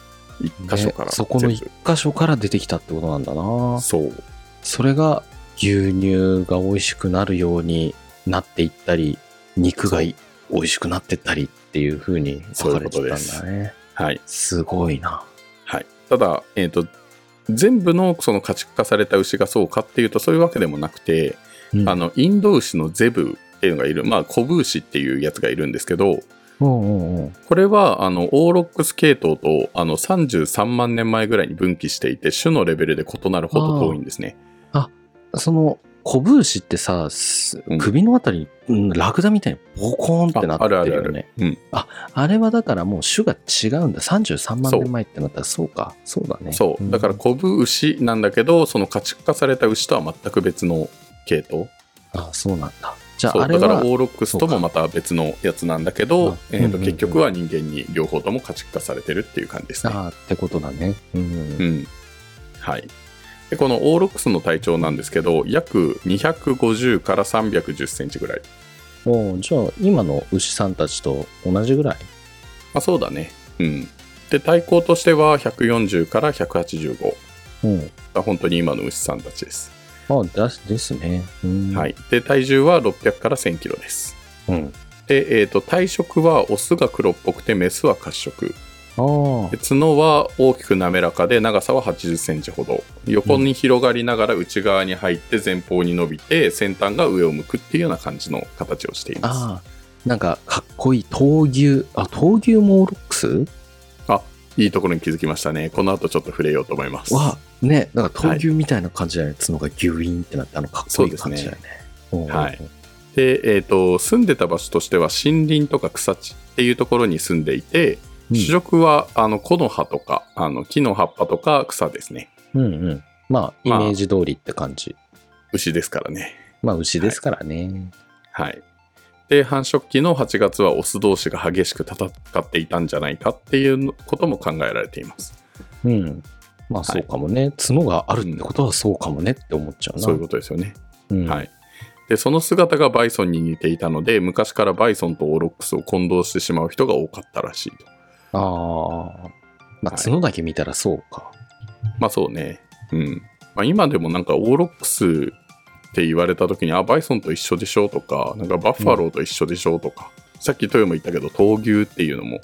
S2: 一箇所から、
S1: そこの
S2: 全
S1: 一
S2: 部
S1: 箇所から出てきたってことなんだな
S2: そう。
S1: それが牛乳が美味しくなるようになっていったり肉がい美味しくなってったりっていうふうに書かれてたんだね。
S2: はい。
S1: すごいな。
S2: はい。ただ、えっ、と、全部のその家畜化された牛がそうかっていうとそういうわけでもなくて、
S1: うん
S2: あの、インド牛のゼブっていうのがいる、まあ、コブ牛っていうやつがいるんですけど、
S1: おうおうおう
S2: これは、あの、オーロックス系統と、あの、33万年前ぐらいに分岐していて、種のレベルで異なるほど遠いんですね。
S1: その、コブウシってさ、す
S2: うん
S1: 首のあたり、うんラクダみたいにボコーンってなってるよね。あ
S2: ああるうん。
S1: れはだからもう種が違うんだ。33万
S2: そう
S1: 年前ってなったらそうか。そうだね。
S2: そう。だから、
S1: ん
S2: コブ牛なんだけど、その家畜化された牛とは全く別の系統。
S1: あ、そうなんだ。じゃ
S2: そ
S1: あ、あ
S2: う
S1: れ
S2: だから
S1: は
S2: オ、ーロックスともまた別のやつなんだけど
S1: あ、
S2: えー
S1: うんうん
S2: と
S1: うん
S2: 結局は人間に両方とも家畜化されてるっていう感じですね。
S1: あーってことだね。うん
S2: う。んはい、でこのオーロックスの体長なんですけど約250から310センチぐらい、
S1: もう、じゃあ、今の牛さんたちと同じぐらい。
S2: まあ、そうだね、うん、で体高としては140から185
S1: うん。
S2: 本当に今の牛さんたちです、
S1: あ、だですね。うん。
S2: は。い、で体重は600から1000キロです
S1: うん。
S2: で、えー、と体色はオスが黒っぽくてメスは褐色
S1: ああ
S2: で。角は大きく滑らかで長さは80センチほど横に広がりながら内側に入って前方に伸びて先端が上を向くっていうような感じの形をしています
S1: ああ。なんか、かっこいい。闘牛。あ、闘牛もオーロックス
S2: いいところに気づきましたねこの後ちょっと触れようと思います
S1: は、ね、なんか
S2: はい
S1: 闘牛みたいな感じだよね。角がギュイーンってなって、あの、かっこいい感じだよね。うん
S2: はい。で、えー、と住んでた場所としては森林とか草地っていうところに住んでいて、
S1: うん
S2: 主食はあの木の葉とかあの木の葉っぱとか草ですね
S1: うんうん。まあ、イメ
S2: まあ
S1: ージ通りって感じ。
S2: 牛ですからね
S1: まあ、牛ですからね。
S2: はい。で、繁殖期の8月はオス同士が激しく戦っていたんじゃないかっていうことも考えられています。
S1: うん。まあ、そうかもね。角があるってことはそうかもねって思っちゃうな。
S2: そういうことですよね。
S1: うん
S2: はい。で、その姿がバイソンに似ていたので、昔からバイソンとオーロックスを混同してしまう人が多かったらしいと。
S1: ああ。ま
S2: は
S1: あ、
S2: い
S1: 角だけ見たらそうか。
S2: まあそうね。うん。まあ今でもなんかオーロックスって言われた時に、あ、バイソンと一緒でしょとか、なんかバッファローと一緒でしょとか、さっきトヨも言ったけど、闘牛っていうのも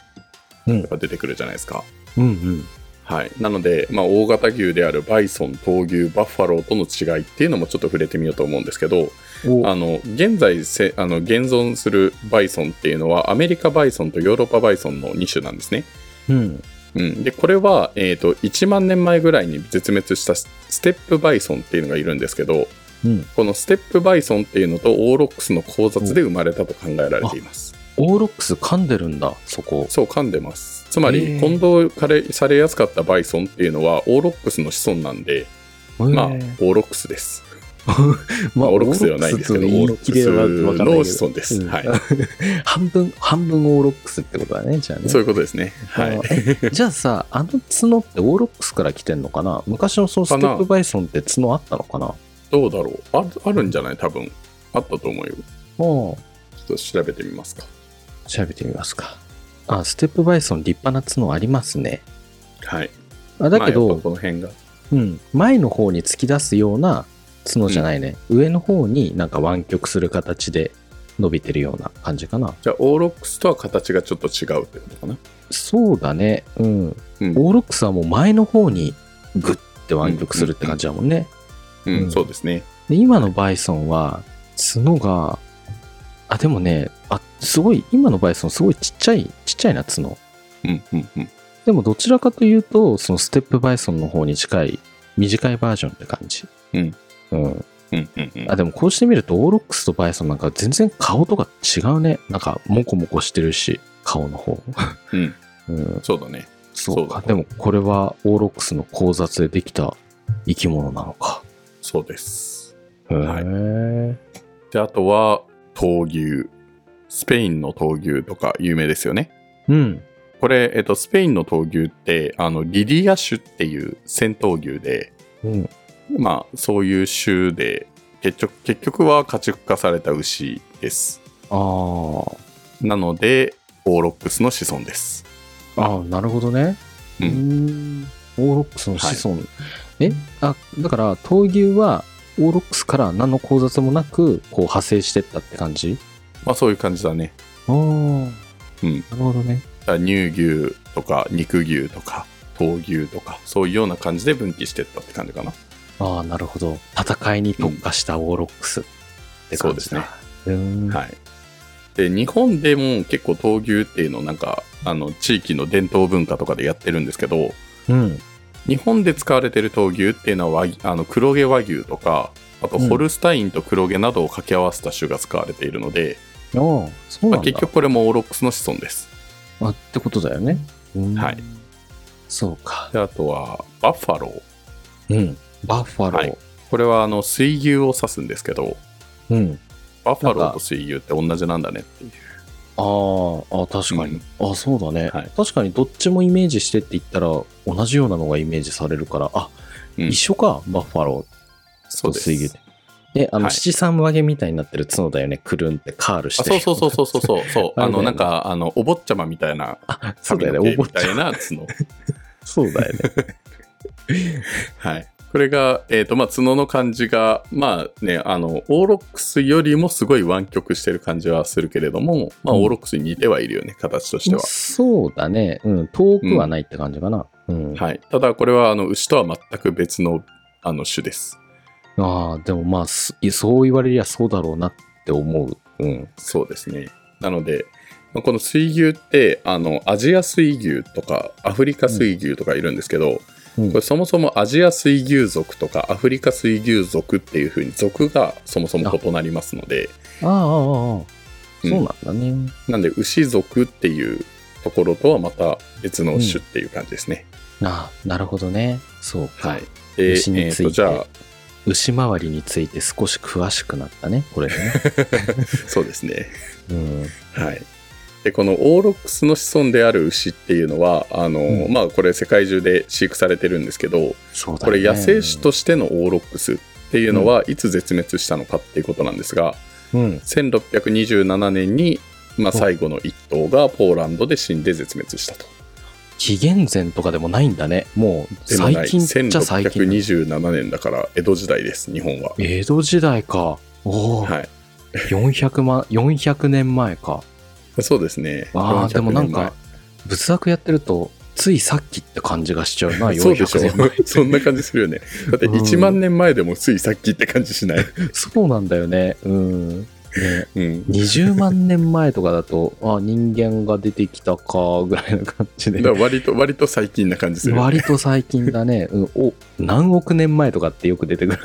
S1: うん
S2: やっぱ出てくるじゃないですか。
S1: うんうん。
S2: はい、なので、まあ、大型牛であるバイソン、闘牛、バッファローとの違いっていうのもちょっと触れてみようと思うんですけど、
S1: お
S2: あの現在せあの現存するバイソンっていうのは、アメリカバイソンとヨーロッパバイソンの2種なんですね。
S1: うん。
S2: うん、でこれは、えー、と1万年前ぐらいに絶滅したスステップバイソンっていうのがいるんですけど、
S1: うん。
S2: このステップバイソンっていうのとオーロックスの交雑で生まれたと考えられています。
S1: オーロックス噛んでるんだ、そこ。
S2: そう噛んでますつまり
S1: へー
S2: 混同されされやすかったバイソンっていうのはオーロックスの子孫なんで、まあ、オ
S1: へえ
S2: ーロックスです。
S1: ま
S2: まあ、オーロックスではないんですけど、オーロックスの子孫です。はい。
S1: い。 半分、半分オーロックスってことだね、じゃあね。
S2: そういうことですね。
S1: あ
S2: はい。
S1: えじゃあさ、あの角ってオーロックスから来てんのかな昔のそのステップバイソンって角あったのかなあ
S2: どうだろうああるんじゃない多分。あったと思うよ。ち
S1: あ
S2: ょっと調べてみますか。
S1: 調べてみますか。あ、ステップバイソン立派な角ありますね。
S2: はい。
S1: あだけど、
S2: まあやっぱこの辺が。
S1: うん、前の方に突き出すような角じゃないね、上の方になんか湾曲する形で伸びてるような感じかな
S2: じゃあ、オーロックスとは形がちょっと違うってことかな。
S1: そうだねうん、
S2: うん
S1: オーロックスはもう前の方にグッて湾曲するって感じだもんね、
S2: うん、
S1: うん
S2: そうですね。
S1: で今のバイソンは角があでもねあすごい今のバイソンすごいちっちゃいちっちゃいな角
S2: うん、うん、うん。
S1: でもどちらかというとそのステップバイソンの方に近い短いバージョンって感じ
S2: うん
S1: うん
S2: うん、うん、うん
S1: あ。でもこうしてみるとオーロックスとバイソンなんか全然顔とか違うねなんかモコモコしてるし顔の方
S2: うん、
S1: うん
S2: そうだね。
S1: そう
S2: そうだ
S1: かでもこれはオーロックスの交雑でできた生き物なのか
S2: そうです。
S1: へえ、
S2: はいで、あとは、闘牛。スペインの闘牛とか有名ですよね。
S1: うん
S2: これ、えっと、スペインの闘牛ってあのリリア種っていう戦闘牛で、
S1: うん
S2: まあ、そういう種で結局結局は家畜化された牛です
S1: あー
S2: なのでオーロックスの子孫です
S1: あーなるほどね
S2: うん
S1: んオーロックスの子孫、えあだから闘牛はオーロックスから何の交雑もなくこう派生してったって感じ
S2: まあそういう感じだね
S1: ああ
S2: うん。
S1: なるほどね。
S2: だから乳牛とか肉牛とか闘牛とかそういうような感じで分岐してったって感じかな。
S1: ああ、なるほど。戦いに特化したオーロックスって感じだ。そうですね。ん。
S2: はい。で、日本でも結構闘牛っていうのをなんか、あの、地域の伝統文化とかでやってるんですけど、
S1: うん。
S2: 日本で使われてる闘牛っていうのは和牛あの黒毛和牛とか、あとホルスタインと黒毛などを掛け合わせた種が使われているので、
S1: ああ、そうなんだ。
S2: まあ、結局これもオーロックスの子孫です。
S1: あってことだよね。うん
S2: はい。
S1: そうか。
S2: であとは、バッファロー。
S1: うん。バッファロー。
S2: はいこれはあの水牛を指すんですけど、
S1: うん。
S2: バッファロ
S1: なんか
S2: ーと水牛って同じなんだねっていう。
S1: あーあ、確かに。あそうだね、
S2: はい
S1: 確かにどっちもイメージしてって言ったら、同じようなのがイメージされるから、あ、
S2: うん
S1: 一緒か、バッファロー
S2: そう
S1: と
S2: です。
S1: 水牛って。で、あの、
S2: はい
S1: 七三分けみたいになってる角だよね。くるんってカールし
S2: あ
S1: てる。
S2: そうそうそうそうそうそうそう
S1: あ
S2: あ
S1: れだよ
S2: の
S1: ね
S2: なんかあのお坊ちゃまみたいな
S1: あ そう
S2: 髪
S1: だ
S2: の
S1: よね。
S2: 毛
S1: お
S2: み
S1: 坊ち
S2: た
S1: ゃ
S2: い
S1: ん。
S2: な角
S1: そうだよね。
S2: はいこれが、えーとまあ、角の感じがまあねあのオーロックスよりもすごい湾曲してる感じはするけれども、まあ、
S1: うん
S2: オーロックスに似てはいるよね、形としては、
S1: そうだね。うん。遠くはないって感じかな。うん。
S2: はい、ただこれはあの牛とは全く別のあの種です
S1: ああ、でもまあ、すそう言われりゃそうだろうなって思う。うん。
S2: そうですねなのでまあこの水牛ってあのアジア水牛とかアフリカ水牛とかいるんですけど、
S1: うん
S2: これそもそもアジア水牛族とかアフリカ水牛族っていう風に族がそもそも異なりますので
S1: ああ、ああ、ああ。そうなんんだね。
S2: なんで牛族っていうところとはまた別の種っていう感じですね、
S1: ああ、なるほどね。そうか。
S2: はいでえ
S1: 牛に
S2: ー
S1: ついて
S2: とじゃあ
S1: 牛回りについて少し詳しくなったね、 これね。
S2: そうですね
S1: うん。
S2: はいでこのオーロックスの子孫である牛っていうのはあの、
S1: うん
S2: まあこれ世界中で飼育されてるんですけど
S1: そうだ
S2: こ
S1: ね。
S2: れ野生種としてのオーロックスっていうのはいつ絶滅したのかっていうことなんですが、
S1: うん。
S2: 1627年に、まあ、最後の一頭がポーランドで死んで絶滅したと。
S1: 紀元前とかでもないんだね。もう、
S2: でもな
S1: 最
S2: い
S1: 近っちゃ最近。
S2: 1627年だから江戸時代です日本は。
S1: 江戸時代か。おお、
S2: はい、
S1: 400万、400年前か。
S2: そうですね。
S1: ああ、
S2: 400
S1: でもなん
S2: 年前
S1: か、仏作やってると、ついさっきって感じがしちゃうな、
S2: そうでし
S1: 400年前。
S2: ょ そんな感じするよね。だって
S1: うん
S2: 1万年前でもついさっきって感じしない。
S1: そうなんだよね。うん。ね、
S2: うん、
S1: 20万年前とかだと、あ、人間が出てきたか、ぐらいの感じ
S2: だ
S1: で
S2: か。ら割と割と最近な感じするよね、
S1: 割と最近だね。うん、お、何億年前とかってよく出てく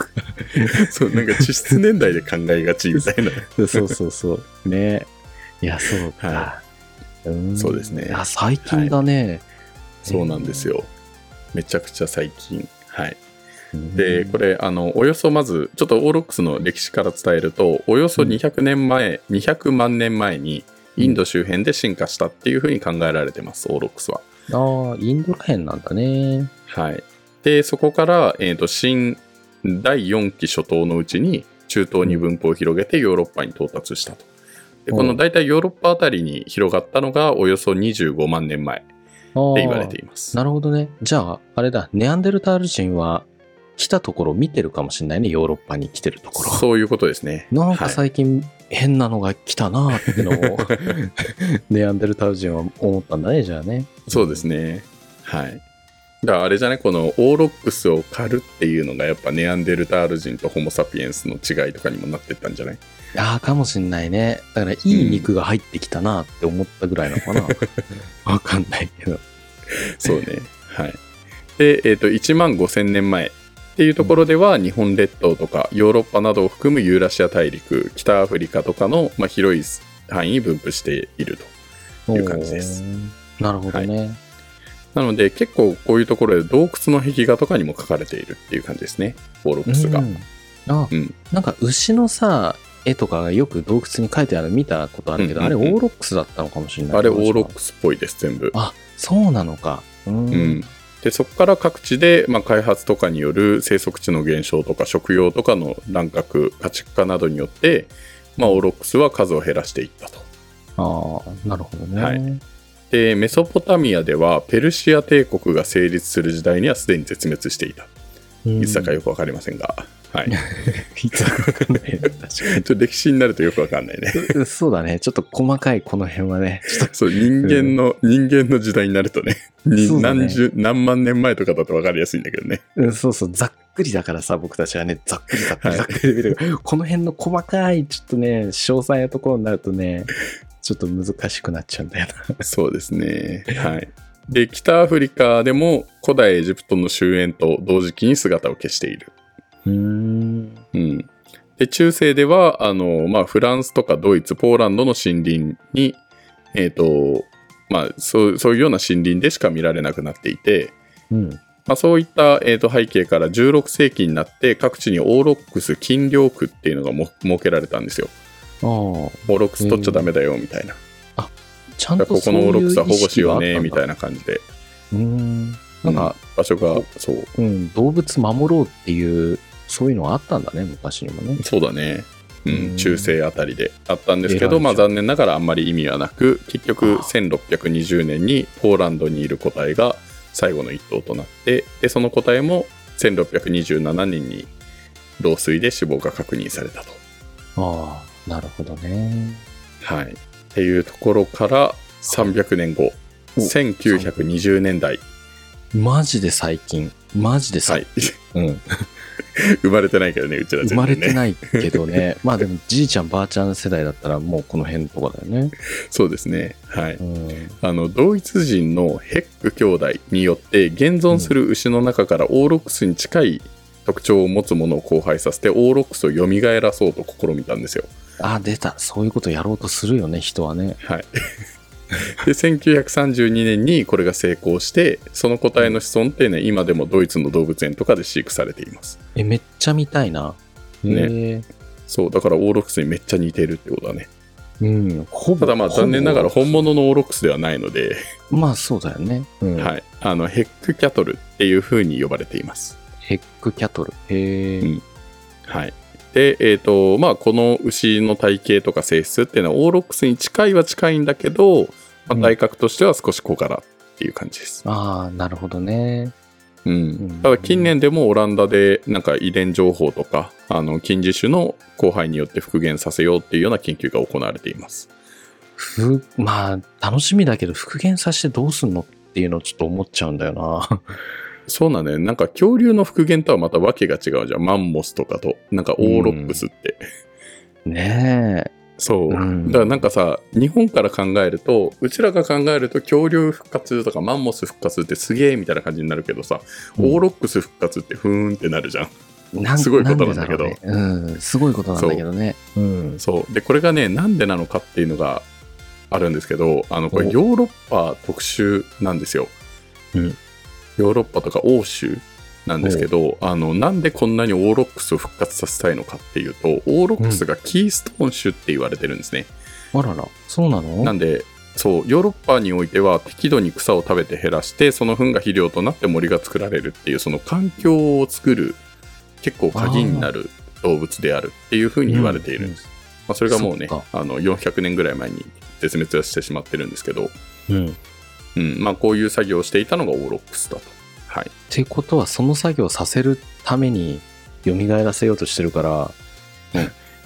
S2: そうなんか地質年代で考えがちみたいな。
S1: る。 そうそうそう。ね。いや、そうか。
S2: は
S1: うん
S2: そうですね
S1: いや、最近だね。
S2: そうなんですよ。めちゃくちゃ最近。はい、
S1: うん。
S2: でこれあのおよそまずちょっとオーロックスの歴史から伝えるとおよそ200年前、200万年前にインド周辺で進化したっていうふうに考えられてますオーロックスは。
S1: ああ、インドらへんなんだね。
S2: はい、でそこから、えー、と新第4期初頭のうちに中東に分布を広げてヨーロッパに到達したと。でこ
S1: う
S2: の
S1: ん
S2: 大体ヨーロッパあたりに広がったのがおよそ25万年前って
S1: あー
S2: 言われています。
S1: なるほどね。じゃあ、あれだ、ネアンデルタール人は来たところを見てるかもしれないね、ヨーロッパに来てるところ。
S2: そういうことですね。
S1: なんか
S2: はい
S1: 最近、変なのが来たなーってのを ネアンデルタール人は思ったんだね、じゃあね。
S2: そうですね。はい。だからあれじゃないこのオーロックスを狩るっていうのがやっぱネアンデルタール人とホモ・サピエンスの違いとかにもなってったんじゃない
S1: ああ、かもしんないね。だから、いい肉が入ってきたなーって思ったぐらいなのかな。わかんないけど。
S2: そうね。はい。で、えっ、と、1万5000年前っていうところでは、日本列島とかヨーロッパなどを含むユーラシア大陸、北アフリカとかの、まあ、広い範囲に分布していると。いう感じです
S1: おー。なるほどね。
S2: なので、結構こういうところで洞窟の壁画とかにも書かれているっていう感じですね。オーロックスが。
S1: うんあ、
S2: うん
S1: なんか牛のさ絵とかがよく洞窟に書いてある見たことあるけど、
S2: うんうんうん
S1: あれオーロックスだったのかもしれない
S2: あれ、オーロッ
S1: ス
S2: クスっぽいです、全部。
S1: あそうなのかうん、
S2: うん、でそこから各地で、まあ、開発とかによる生息地の減少とか食用とかの乱獲家畜化などによって、まあ、オーロックスは数を減らしていったと。
S1: ああなるほどね、
S2: はいでメソポタミアではペルシア帝国が成立する時代にはすでに絶滅していた。
S1: うん
S2: いつだかよくわかりませんが、 はい。ち
S1: いつだかわかん ないな確か
S2: ょっと歴史になるとよくわかんな いね。
S1: にうそうだね。ちょっと細かいこの辺はね。ちょっと
S2: そう、人間の、人間の時代になるとね、に
S1: そうだね
S2: 何十、何万年前とかだとわかりやすいんだけどね。
S1: うん、そうそう、ざっくりだからさ、僕たちはね、ざっくりざっくりざっくりで見るから、この辺の細かい、ちょっとね、詳細なところになるとね、ちょっと難しくなっちゃうんだよ
S2: そうですね。はい。で、北アフリカでも古代エジプトの終焉と同時期に姿を消している。
S1: な。うん。
S2: うん。で、中世では、あの、まあ、フランスとかドイツ、ポーランドの森林に、えっ、と、まあそう、そういうような森林でしか見られなくなっていて、
S1: うん。
S2: まあ、そういった、えーと背景から16世紀になって各地にオーロックス禁漁区っていうのがも設けられたんですよ。
S1: ああ、
S2: オーロックス取っちゃダメだよみたいな。
S1: ちゃん
S2: だ
S1: と
S2: からここのオーロックスは保護しようねみたい
S1: な。
S2: な感じで。
S1: うん。なんか、
S2: 場所がそう
S1: うん、動物守ろうっていう、そういうのはあったんだね、昔にもね。
S2: そうだね、う
S1: うん
S2: ん、中世あたりであったんです
S1: 偉
S2: けど、
S1: いじゃ
S2: ま
S1: ん
S2: あ、残念ながらあんまり意味はなく結局
S1: あ
S2: 1620年にポーランドにいる個体が最後の一頭となってでその個体も1627年に老衰で死亡が確認されたと。
S1: ああ、なるほどね。
S2: はい、っていうところから300年後
S1: お
S2: 1920年代、
S1: マジで最近。マジで
S2: は
S1: 最
S2: い、
S1: 近。うん。
S2: 生まれてないけどねうちら全
S1: 生
S2: 然、
S1: ま
S2: ね、
S1: れてないけど ね。まあでも、じいちゃん、ばあちゃん世代だったら、もうこの辺とかだよね。
S2: そうですねはい
S1: うん。
S2: あのドイツ人のヘック兄弟によって現存する牛の中からオーロックスに近い特徴を持つものを交配させてオーロックスを蘇らそうと試みたんですよ。
S1: あ、出た。そういうことやろうとするよね、人はね。
S2: はい、 で1932年にこれが成功してその個体の子孫ってね今でもドイツの動物園とかで飼育されています。
S1: え、めっちゃ見たいな。ね。
S2: そうだからオーロックスにめっちゃ似てるってことだね。
S1: うん。ほぼ。
S2: ただまあ
S1: ほぼ
S2: 残念ながら本物のオーロックスではないので、
S1: まあそうだよね。うん。
S2: はい、あのヘックキャトルっていう風に呼ばれています。
S1: ヘックキャトル。へえ。
S2: うんはい。で、えっ、と、まあ、この牛の体型とか性質っていうのは、オーロックスに近いは近いんだけど、
S1: う
S2: まあ、
S1: ん
S2: 体格としては少し小柄っていう感じです。
S1: ああ、なるほどね。
S2: うん。ただ、近年でもオランダで、なんか遺伝情報とか、あの、近似種の交配によって復元させようっていうような研究が行われています。
S1: ふ、まあ、楽しみだけど、復元させてどうすんのっていうのをちょっと思っちゃうんだよな。
S2: そうなんだよね。なんか恐竜の復元とはまた訳が違うじゃん。マンモスとかと、なんかオーロックスって。
S1: ね
S2: そう、
S1: うん
S2: だからなんかさ日本から考えるとうちらが考えると恐竜復活とかマンモス復活ってすげえみたいな感じになるけどさ、
S1: うん
S2: オーロックス復活ってふーんってなるじゃん
S1: え。なん
S2: すごいことなんだけど
S1: んでろうねうん。すごいことなんだけどね。うん。
S2: そうでこれがねなんでなのかっていうのがあるんですけどあのこれ
S1: お
S2: ヨーロッパ特集なんですよ、
S1: うん
S2: ヨーロッパとか欧州なんですけどあのなんでこんなにオーロックスを復活させたいのかっていうとオーロックスがキーストーン種って言われてるんですね、
S1: あらら、そうなの
S2: なんでそうヨーロッパにおいては適度に草を食べて減らしてその糞が肥料となって森が作られるっていうその環境を作る結構鍵になる動物であるっていうふうに言われているんです、
S1: す。
S2: まあ、それがもうね
S1: そっか
S2: あの400年ぐらい前に絶滅はしてしまってるんですけど、
S1: うんうん。っ
S2: うんまあ、こういう作業をしていたのがオーロックスだと、はい、
S1: てことは、その作業をさせるために、蘇らせようとしてるから、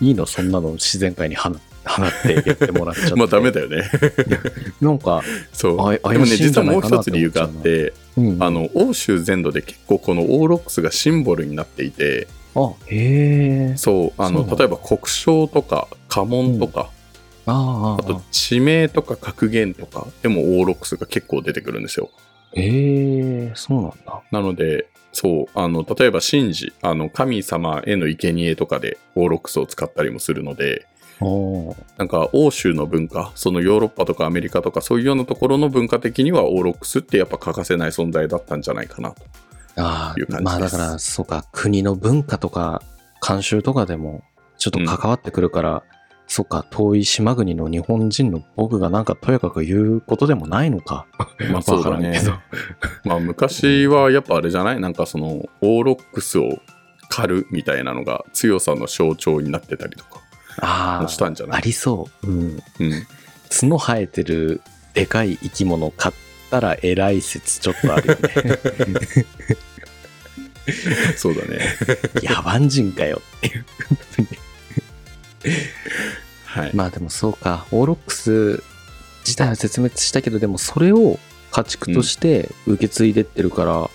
S1: いいの、そんなの自然界に放 放ってやってもらっちゃって。
S2: まあダメだよね
S1: なんか、
S2: そう
S1: あい
S2: でも
S1: 怪
S2: ね
S1: しいんじゃ
S2: 実は
S1: な
S2: も
S1: いうかな
S2: 一
S1: って
S2: つ
S1: 思
S2: 理由
S1: っち
S2: が
S1: ゃ
S2: あ
S1: う
S2: っ
S1: な。
S2: て
S1: うん
S2: あ、の欧州全土で結構このオーロックスがシンボルになっていて、
S1: あ、へえ。
S2: そう
S1: そ
S2: あ
S1: う
S2: の
S1: なんだ
S2: 例えば国章とか家紋とか、
S1: ああ、あ
S2: あと地名とか格言とかでもオーロックスが結構出てくるんですよ
S1: へえ、そうなんだ。
S2: なのでそうあの例えば神事あの神様への生贄とかでオーロックスを使ったりもするので
S1: お
S2: なんか欧州の文化そのヨーロッパとかアメリカとかそういうようなところの文化的にはオーロックスってやっぱ欠かせない存在だったんじゃないかなと
S1: あ
S2: いう感
S1: あ、
S2: じ
S1: まあ
S2: で
S1: だ
S2: す
S1: から、そうか、国の文化とか、慣習とかでも、ちょっと関わってくるから、そうか、遠い島国の日本人の僕がなんかとやかく言うことでもないのか。
S2: まあそうだね
S1: わからん
S2: まあ昔はやっぱあれじゃないなんかそのオーロックスを狩るみたいなのが強さの象徴になってたりとか
S1: あ
S2: も
S1: あ、
S2: したんじゃな
S1: あ
S2: い
S1: りそう。うん。
S2: うん、
S1: 角生えてるでかい 生き物買ったら偉い説ちょっとあるよね。
S2: そうだね。
S1: 野蛮人かよっていうことに
S2: はい。
S1: まあでもそうか、オーロックス自体は絶滅したけど、でもそれを家畜として受け継いでってるから、不思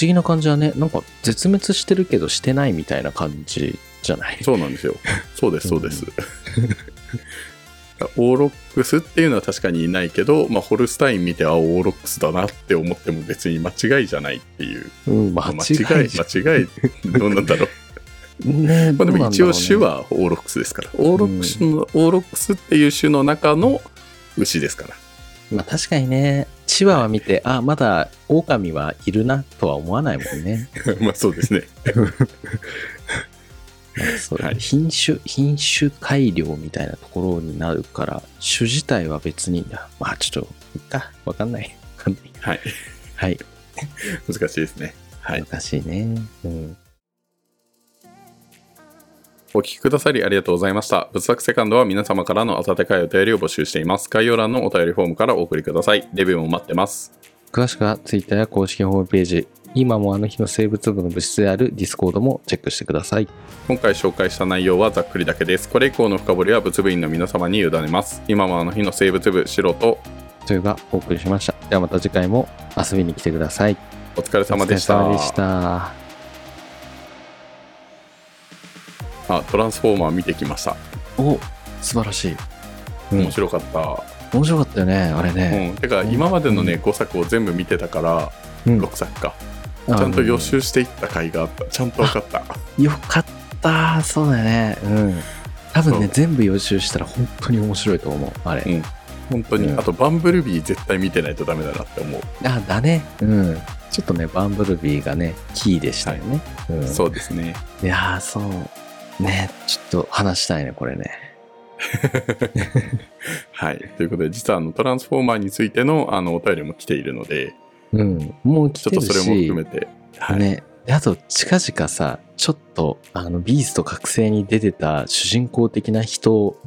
S1: 議な感じはね、なんか絶滅してるけどしてないみたいな感じじゃない
S2: そうなんですよ。そうです、そうです。オーロックスっていうのは確かにいないけど、まあ、ホルスタイン見て、あ、オーロックスだなって思っても別に間違いじゃないっていう。
S1: うん、間違いじゃ
S2: 間違い、間違い、どうなんだろう。
S1: ん。ね
S2: まあ、でも一応種
S1: 種。
S2: はオーロックスですから。オーロックスの、オーロックスっていう種の中の牛ですから。
S1: まあ確かにね、チワワ見て、あ、まだ狼はいるなとは思わないもんね。
S2: まあそうですね。
S1: なんかそう
S2: はい
S1: 品種、品種改良みたいなところになるから、種自体は別に、あまあちょっと、いっか、わかんない。わかんない。
S2: はい。
S1: はい。
S2: 難しいですね。はい。
S1: 難しいね。うん。
S2: お聞きくださりありがとうございました。仏作セカンドは皆様からの温かいお便りを募集しています。概要欄のお便りフォームからお送りください。レビューも待ってます。
S1: 詳しくは Twitter や公式ホームページ、今もあの日の生物部の物質である Discord もチェックしてください。
S2: 今回紹介した内容はざっくりだけです。これ以降の深掘りは物部員の皆様に委ねます。今もあの日の生物部、白と
S1: というがお送りしました。ではまた次回も遊びに来てください。
S2: お疲れ
S1: お
S2: 様
S1: 疲れ
S2: でした。
S1: 様でした。
S2: あ、トランスフォーマー見てきました。
S1: お素晴らしい。うん
S2: 面白かった。
S1: 面白かったよね、あれね。
S2: うん。てか、今までのね、5作を全部見てたから、
S1: うん
S2: 6作か。
S1: ち
S2: ちゃんと予習していった回があった。ちゃんと分かった。
S1: よかった、そうだよね。うん。多分ね、
S2: そう
S1: 全部予習したら本当に面白いと思う、あれ。
S2: 本当に。
S1: うん
S2: あと、バンブルビー絶対見てないとダメだなって思う。
S1: あ、だね。うん。ちょっとね、バンブルビーがね、キーでしたよね。うん
S2: そうですね。
S1: いやー、そう。ね、ちょっと話したいね、これね。
S2: はい。ということで、実はあのトランスフォーマーについてのあのお便りも来ているので、
S1: うん。もう来
S2: ちょ
S1: て
S2: っと
S1: る
S2: それも
S1: し
S2: 含め、て、はい。
S1: ね。であと、近々さ、ちょっと、あの、ビースト覚醒に出てた主人公的な人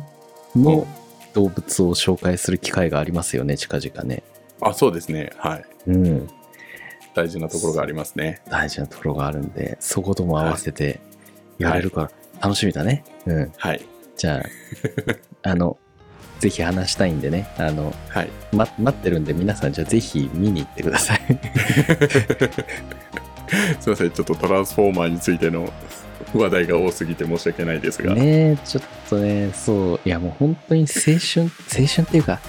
S2: うん
S1: の動物を紹介する機会がありますよね、近々ね。
S2: あ、そうですね。はい。
S1: うん。
S2: 大事なところがありますね。
S1: 大事なところがあるんで、そことも合わせてやれるから、楽しみだね。うん。
S2: はい。
S1: じゃ あ、あの、ぜひ話したいんでね、あの、
S2: はい。
S1: ま、待ってるんで皆さんじゃあぜひ見に行ってください。
S2: すいません。ちょっとトランスフォーマーについての話題が多すぎて申し訳ないですが、
S1: ねえ、ちょっとね、そう、いやもう本当に青春、青春っていうか、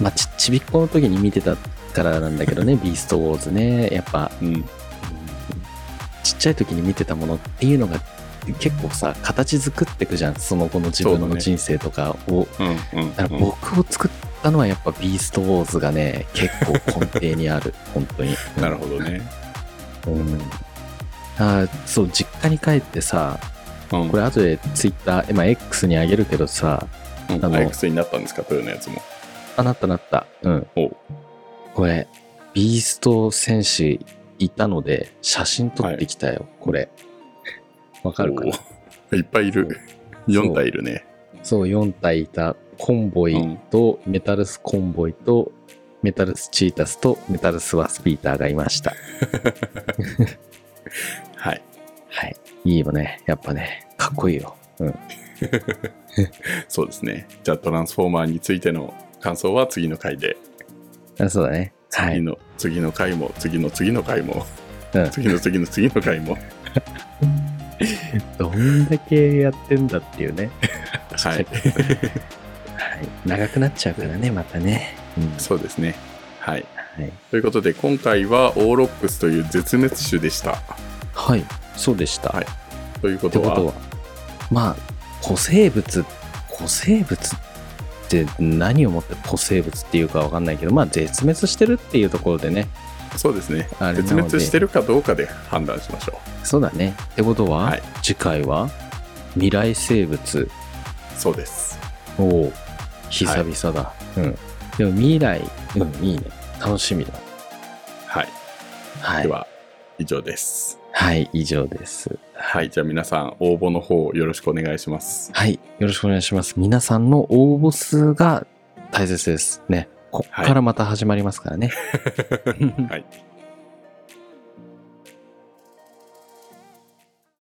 S1: まあ、ちちびっこの時に見てたからなんだけど ね、ビーストウォーズね、やっぱ、
S2: うん。
S1: ちっちゃい時に見てたものっていうのが結構さ、形作ってくじゃん、その後の自分
S2: そうだ
S1: の
S2: ね
S1: 人生とかを。
S2: うん。うん。
S1: だから
S2: うん
S1: 僕を作ったのはやっぱビーストウォーズがね、結構根底にあ る、本当に。
S2: なるほどね。
S1: うん、あーそう実家に帰ってさ
S2: うん。
S1: これ後でツイッター、まあ、X にあげるけどさ
S2: うん、
S1: あの
S2: あいくつになったんですか、トヨのやつも。
S1: あなったなったうん
S2: おう
S1: これビースト戦士いたので写真撮ってきたよ、これわかるかな
S2: おういっぱいいる。4体いるね。
S1: そう4体いたコンボイとメタルスコンボイとメタルスチータスとメタルスワスピーターがいました
S2: はい。
S1: はいいいよねやっぱねかっこいいよ
S2: そうですね。じゃあ、トランスフォーマーについての感想は次の回で。
S1: あそうだねは
S2: 次
S1: い
S2: の、次の回も、次の次の回も、
S1: うん
S2: 次の次の次の回も。
S1: どんだけやってんだっていうね
S2: はい。
S1: はい、長くなっちゃうからねまたね、うん
S2: そうですね。はい。
S1: はい、
S2: ということで、今回はオーロックスという絶滅種でした。
S1: はい、そうでした、
S2: はい
S1: っ
S2: というこ
S1: て
S2: と
S1: こと
S2: は、
S1: はまあ古生物古生物って何をもって古生物っていうかわかんないけどまあ絶滅してるっていうところでね
S2: そうですね。
S1: あれなの
S2: 絶
S1: で
S2: 滅してるかどうかで判断しましょ
S1: そうだねってことは、
S2: はい
S1: 次回は未来生物
S2: う。そうです。
S1: を久々だ、うんでも未来うんいいね楽しみだ
S2: はい。
S1: はい
S2: では、以上です。
S1: はい以上です
S2: はい。じゃあ皆さん、応募の方よろしくお願いします。
S1: はい。よろしくお願いします。皆さんの応募数が大切ですね。こっからまた始まりますからね。
S2: はい。